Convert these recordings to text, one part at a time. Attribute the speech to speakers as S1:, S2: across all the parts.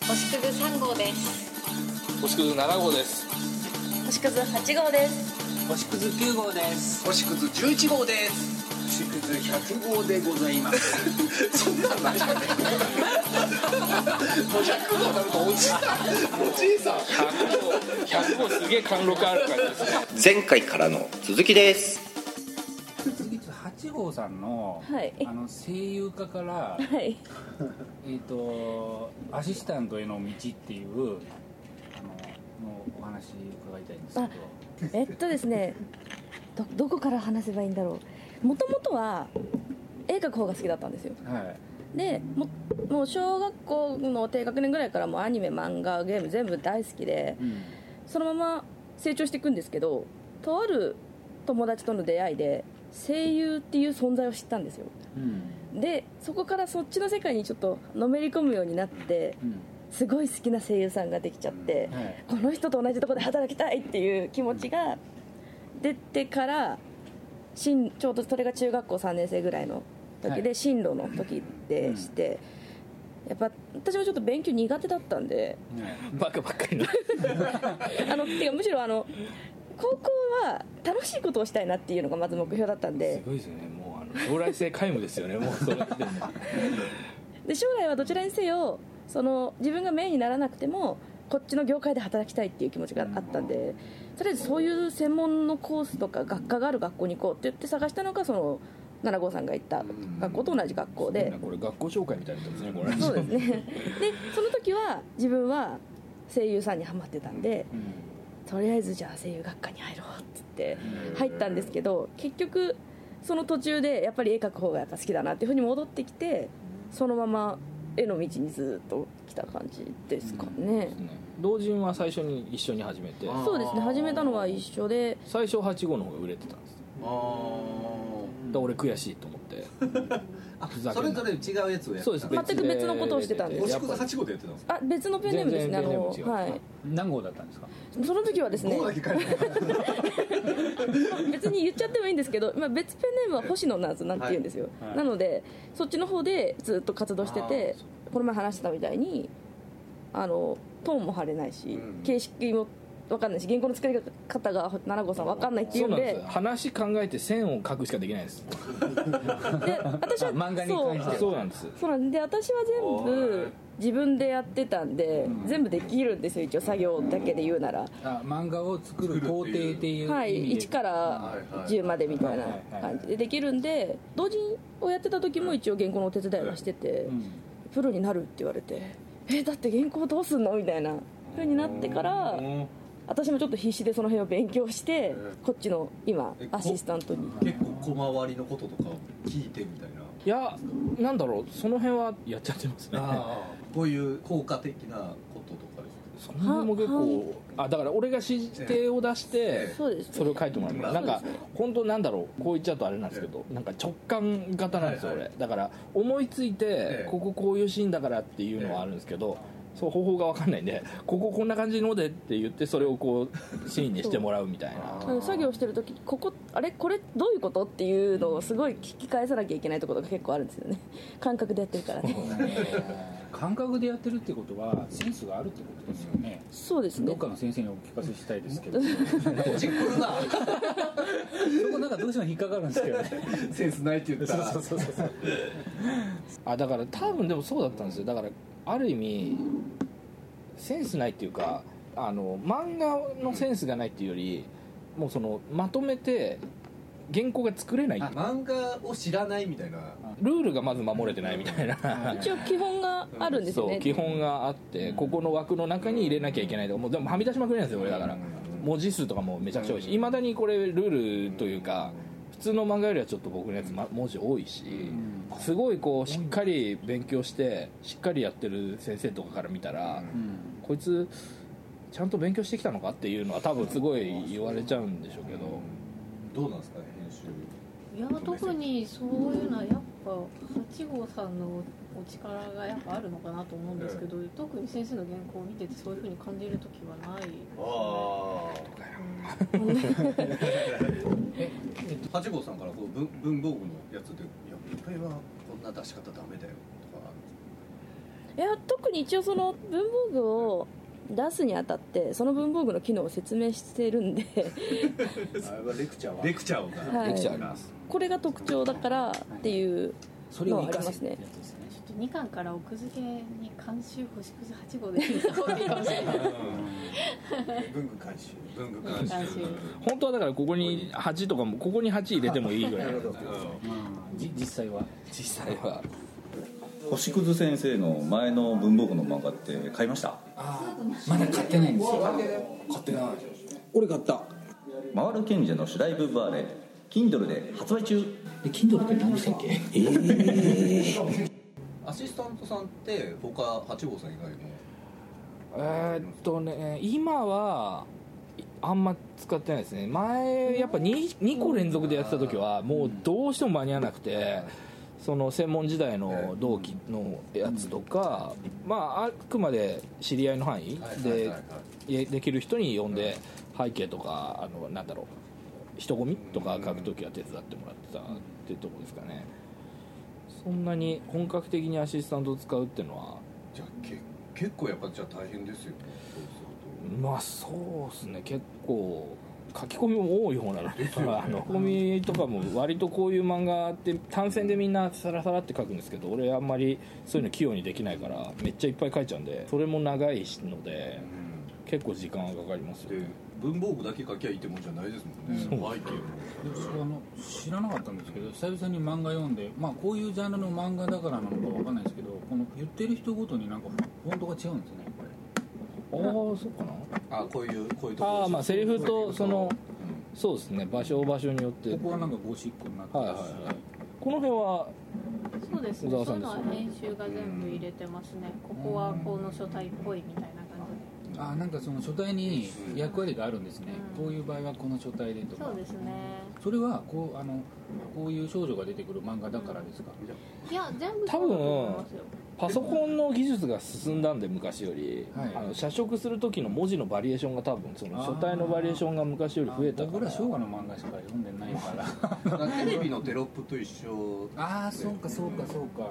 S1: 星屑3号です
S2: 星屑7号です
S3: 星屑八号です。
S4: 星屑9号です
S5: 星屑11号です星屑100号でございますそんなんないじゃね500号なんかおじいさんおじいさん
S2: 100号100号すげえ貫禄ある感じですね
S6: 前回からの続きです
S4: 次ちょっと8号さんの,、
S3: はい
S4: あの声優家から、
S3: はい。
S4: えー、とアシスタントへの道っていうあののお話伺いたいんですけど
S3: あえっとですね。どどこから話せばいいんだろう。もともとは絵描く方が好きだったんですよ。
S4: はい
S3: でももう小学校の低学年ぐらいからもうアニメ漫画ゲーム全部大好きで
S4: うん
S3: そのまま成長していくんですけどとある友達との出会いで声優っていう存在を知ったんですよ
S4: うん
S3: でそこからそっちの世界にちょっとのめり込むようになって
S4: うん
S3: すごい好きな声優さんができちゃって
S4: はい
S3: この人と同じとこで働きたいっていう気持ちが出てから進ちょうどそれが中学校3年生ぐらいの時
S4: は
S3: で
S4: い
S3: 進路の時でして、やっぱ私もちょっと勉強苦手だったんで
S4: はい
S7: バカばっかりな
S3: あのてかむしろあの高校は楽しいことをしたいなっていうのがまず目標だったんです
S7: ごいですねもうあの将来性皆無ですよねもうそれで
S3: で将来はどちらにせよその自分がメインにならなくてもこっちの業界で働きたいっていう気持ちがあったんでとりあえずそういう専門のコースとか学科がある学校に行こうって言って探したのがその7号さんが行った学校と同じ学校で
S7: これ学校紹介みたいなことですねこれ
S3: そうですねでその時は自分は声優さんにハマってたんでとりあえずじゃあ声優学科に入ろうって言って入ったんですけど結局その途中でやっぱり絵描く方がやっぱ好きだなっていうふうに戻ってきてそのまま絵の道にずっと来た感じですかね、
S7: 同人は最初に一緒に始めて
S3: そうですね始めたのは一緒で
S7: 最初8号の方が売れてたんです
S5: あー
S7: だから俺悔しいと思 って
S8: あ
S7: ふざけ
S8: そ
S7: んな
S8: れぞれ違うやつをやってた
S7: そうです
S3: 全く別のことをしてたんです
S5: 星屑8号でやってたんです
S3: あ別のペンネームですねあ
S7: 全然
S3: の
S7: ペンネーム違う
S3: はい
S4: 何号だったんですか
S3: その時はですね
S5: 号だけ書いてた
S3: 別に言っちゃってもいいんですけど、まあ、別ペンネームは星野なずなんて言うんですよ、
S4: はいはい
S3: なのでそっちの方でずっと活動してて
S8: あ
S3: この前話してたみたいにあのトーンも張れないし、
S5: うん
S3: 形式も分かんないし原稿の作り方が七五さん分かんないってい
S7: そううんなんです
S3: で
S7: よ話考えて線を書くしかできないです
S3: で私は
S4: 漫画に関しては
S3: そう
S7: そうなんです
S3: そうなんで私は全部自分でやってたんで、全部できるんですよ一応作業だけで言うなら、
S4: あ漫画を作る工程っていう意味で
S3: はい、1から10までみたいな感じでできるんで同人をやってた時も一応原稿のお手伝いはしてて
S4: ん
S3: プロになるって言われてえだって原稿どうすんのみたいな風になってから私もちょっと必死でその辺を勉強してこっちの今アシスタントに
S8: 結構小回りのこととかを聞いてみたいない
S7: やなんだろうその辺はやっちゃってますね
S8: あーこういう効果的なこととかです
S7: その辺も結構あだから俺が指定を出して
S3: そうです
S7: それを書いてもらうのなんか本当なんだろうこう言っちゃうとあれなんですけどなんか直感型なんですよ
S8: はいは
S7: 俺だから思いついて
S8: え
S7: こここういうシーンだからっていうのはあるんですけどそう方法が分かんないんでこここんな感じのでって言ってそれをこうシーンにしてもらうみたいな
S3: あの作業してる時ここあれこれどういうことっていうのをすごい聞き返さなきゃいけないところが結構あるんですよね感覚でやってるからね
S4: 感覚でやってるってことはセンスがあるってことですよね
S3: そうです
S4: ど
S3: ね
S4: っかの先生にお聞かせしたいですけどそこなんかどうしても引っかかるんですけどね
S5: センスないって言ったら
S4: そうそうそうそう
S7: あだから多分でもそうだったんですよだからある意味センスないっていうかあの漫画のセンスがないっていうよりもうそのまとめて原稿が作れない
S8: 漫画を知らないみたいな
S7: ルールがまず守れてないみたいな
S3: 一応基本があるんですよ
S7: そう
S3: ね
S7: 基本があってここの枠の中に入れなきゃいけないとかもうでもはみ出しまくりなんですよ俺だから文字数とかもめちゃくちゃ多いしいまだにこれルールというか普通の漫画よりはちょっと僕のやつま文字多いしすごいこうしっかり勉強してしっかりやってる先生とかから見たらこいつちゃんと勉強してきたのかっていうのは多分すごい言われちゃうんでしょうけど
S8: どうなんですかね編集
S9: いや特にそういうのはやっぱ八号さんのお力がやっぱあるのかなと思うんですけど、特に先生の原稿を見ててそういうふうに感じる時はない、
S8: ああ八号さんからこう文文房具のやつで「いやいっぱいはこんな出し方ダメだよ」とか
S3: いや特に一応その文房具を出すにあたってその文房具の機能を説明してるんで、
S5: レクチャーは
S8: レクチャーをが、
S3: は
S7: でき
S3: い
S7: ち、ゃいます
S3: これが特徴だからっていう
S4: それを生かせってやつですね
S9: ちょっと2巻から奥付けに監修星屑8号で見た方がいいかもしれない
S5: 文具監修
S8: 文具監
S9: 監
S8: 修
S9: 修
S7: 本当はだからここに8とかもここに8入れてもいいぐらいなんですよ
S4: まあじ実際は
S7: 実際は
S10: 星屑先生の前の文房具の漫画って買いました
S4: まだ買ってないんですよ
S5: 俺買った
S10: 回る賢者のシュライブバーレ Kindle で発売中
S4: で Kindle って何でしたっけ
S8: アシスタントさんって他八号さん以外も
S7: えーっとね今はあんま使ってないですね前やっぱ 2, 2個連続でやってた時はもうどうしても間に合わなくてその専門時代の同期のやつとか、まああくまで知り合いの範囲
S8: はい
S7: で
S8: はい
S7: でできる人に呼んで背景とかあのなんだろう人混みとか書く時は手伝ってもらってたっていうとこですかねそんなに本格的にアシスタントを使うっていうのは
S8: じゃあけ結構やっぱじゃあ大変ですよねそうす
S7: まあそうですね結構書き込みも多い方なので あの書き込みとかも割とこういう漫画って単線でみんなサラサラって書くんですけど俺あんまりそういうの器用にできないからめっちゃいっぱい書いちゃうんでそれも長いので結構時間はかかります
S8: ると
S7: よ
S8: で文房具だけ書きゃいいってもんじゃないですもんね背景も
S4: でもそれあの知らなかったんですけど久々に漫画読んで、まあ、こういうジャンルの漫画だからなのかわかんないですけどこの言ってる人ごとになんかフォントが違うんですねこ
S7: あ
S4: れ
S7: あそうかな
S8: あこういうこういうところ
S7: ああまあセリフとそのそうですね場所場所によって
S4: ここはなんかゴシックになって
S7: はい
S4: るし、
S7: はいはいこの辺は
S9: そうですね
S7: 小
S9: そう
S7: 沢さんで
S9: いうの
S7: す
S9: は
S7: ね
S9: 編集が全部入れてますねここはこの書体っぽいみたいな感じ
S4: あーなんかその書体に役割があるんですね、
S9: うん
S4: こういう場合はこの書体でと
S9: で
S4: か
S9: そうですね
S4: それはこうあのこういう少女が出てくる漫画だからですか、
S9: いや全部そうだと思いますよ
S7: パソコンの技術が進んだんで昔より、
S4: はい
S7: あの社食する時の文字のバリエーションが多分その書体のバリエーションが昔より増えた
S4: あー
S7: か
S4: 僕
S7: ら
S4: ら昭和の漫画しか読んでないから
S8: テレビのテロップと一緒
S4: ああそうかそうかそうか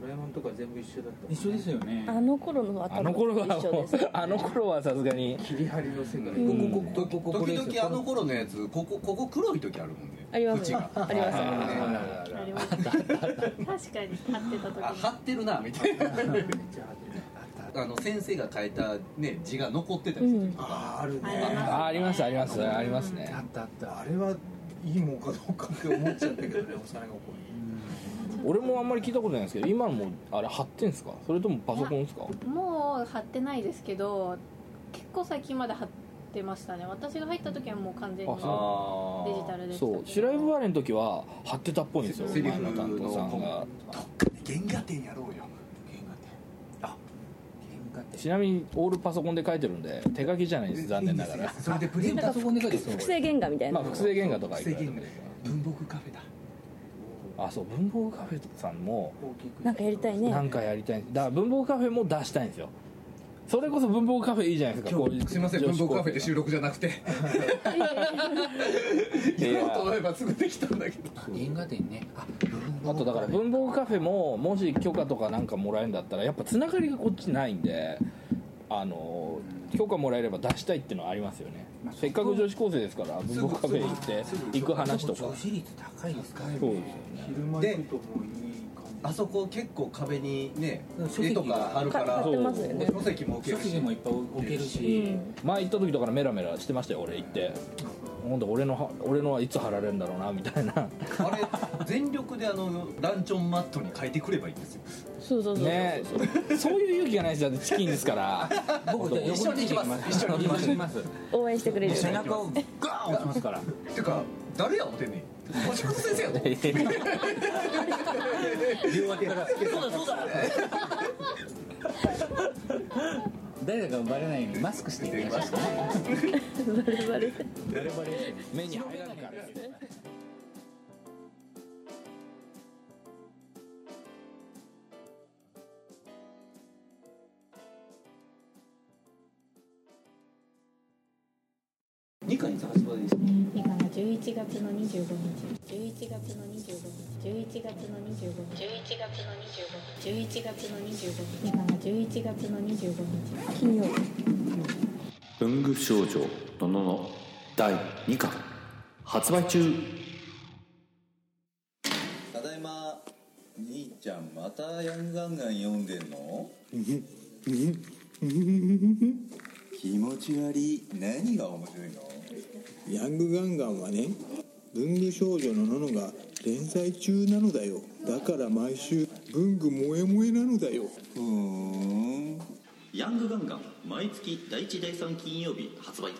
S5: ドラえもんとか全部一緒だった
S4: 一緒ですよね
S3: あの頃の
S7: あ
S3: 頭
S7: の頃は
S3: と一緒
S7: も
S3: で
S7: う
S3: す
S7: あの頃はさすがに
S5: 切り張りの世界
S7: うん
S4: こここここここ
S8: 時
S4: です
S8: 々あの頃のやつここここ黒い時あるもんね
S3: あります
S8: 縁が
S3: ありますあります
S4: あ
S9: ありました確かに貼ってた時
S8: あ貼ってるなみたいなあの先生が書いた、ね、字が残ってたりする時とか、
S5: あある
S9: あります
S5: ね
S7: あありますありますあります
S4: あ
S7: ね
S4: ったあった
S5: あれはいいもんかどうかって思っちゃったけどね幼い子
S7: 俺もあんまり聞いたことないんですけど今のもあれ貼ってんすかそれともパソコンですか
S9: もう貼ってないですけど結構最近まで貼ってましたね私が入った時はもう完全に
S7: あ
S9: デ
S7: そう
S9: ジタルでした
S7: そ
S9: けど
S7: うシュライブバーレの時は貼ってたっぽいんですよ
S8: セリ
S7: 前
S8: フ
S7: の担当さんが
S8: のどっかで原画展やろうよ
S7: ちなみにオールパソコンで書いてるんで手書きじゃないです残念ながら
S8: それでプリンターそこに書いて
S3: 複製原画みたい
S7: ま
S3: な、
S7: あ複製原画とかい
S8: 不
S7: く
S8: 正
S7: らで
S8: 原
S7: も
S8: 画文房具カフェだ
S7: あそう文房具カフェさんも
S3: なんかやりたいね
S7: なんかやりたいだから文房具カフェも出したいんですよそれこそ文房具カフェいいじゃないですかこういう
S8: すいません
S7: 女
S8: 文
S7: 子
S8: 房
S7: 高
S8: 具カフェ
S7: 生
S8: で収録じゃなくてやろうと思えばすぐできたんだけど
S4: 原画展ねあ
S7: あとだから文房具カフェももし許可とかなんかもらえるんだったらやっぱつながりがこっちないんであの許可もらえれば出したいっていうのはありますよねせっかく女子高生ですから文房具カフェ行って行く話とか
S4: 女子率高いですからね
S7: そうですよね
S5: 昼間と
S8: 行く
S5: もいい感
S8: あそこ結構壁にね
S4: 書
S8: 絵
S4: 籍
S8: と
S4: が
S8: か貼るか
S3: 買
S8: ら
S3: ってますよね
S8: 書籍も置け
S4: 書
S8: るし
S4: 籍もいっぱい置けるし、
S7: 前行った時だからメラメラしてましたよ俺行ってほんで俺のは俺のはいつ貼られるんだろうなみたい な
S8: あれ全力であのランチョンマットに書いてくればいいんですよ
S3: そうそうそうそう、
S7: ねそういう勇気がないですよだってチキンです から
S4: 僕じゃあ横についてきます一緒に行きます
S3: 応援してくれるよ
S4: 背
S3: ね
S4: 中をガーン押しますから
S8: ていうか誰や思てんねん星屑先生やろ
S4: 誰だかバレないようにマスクしていきましょう
S3: バレバレ
S7: 目に入らないから
S9: 2巻が11
S11: 11月の25日11月の25日11月の25日11月の25日11月の25日11月の25日金曜日
S10: 文具少女ののの第2巻発売中
S8: ただいま兄ちゃんまたヤンガンガン読んでんの気持ち悪い何が面白いの
S12: ヤングガンガンはね文具少女のののが連載中なのだよだから毎週文具萌え萌えなのだよ
S8: ふーん
S10: ヤングガンガン毎月第1第3金曜日発売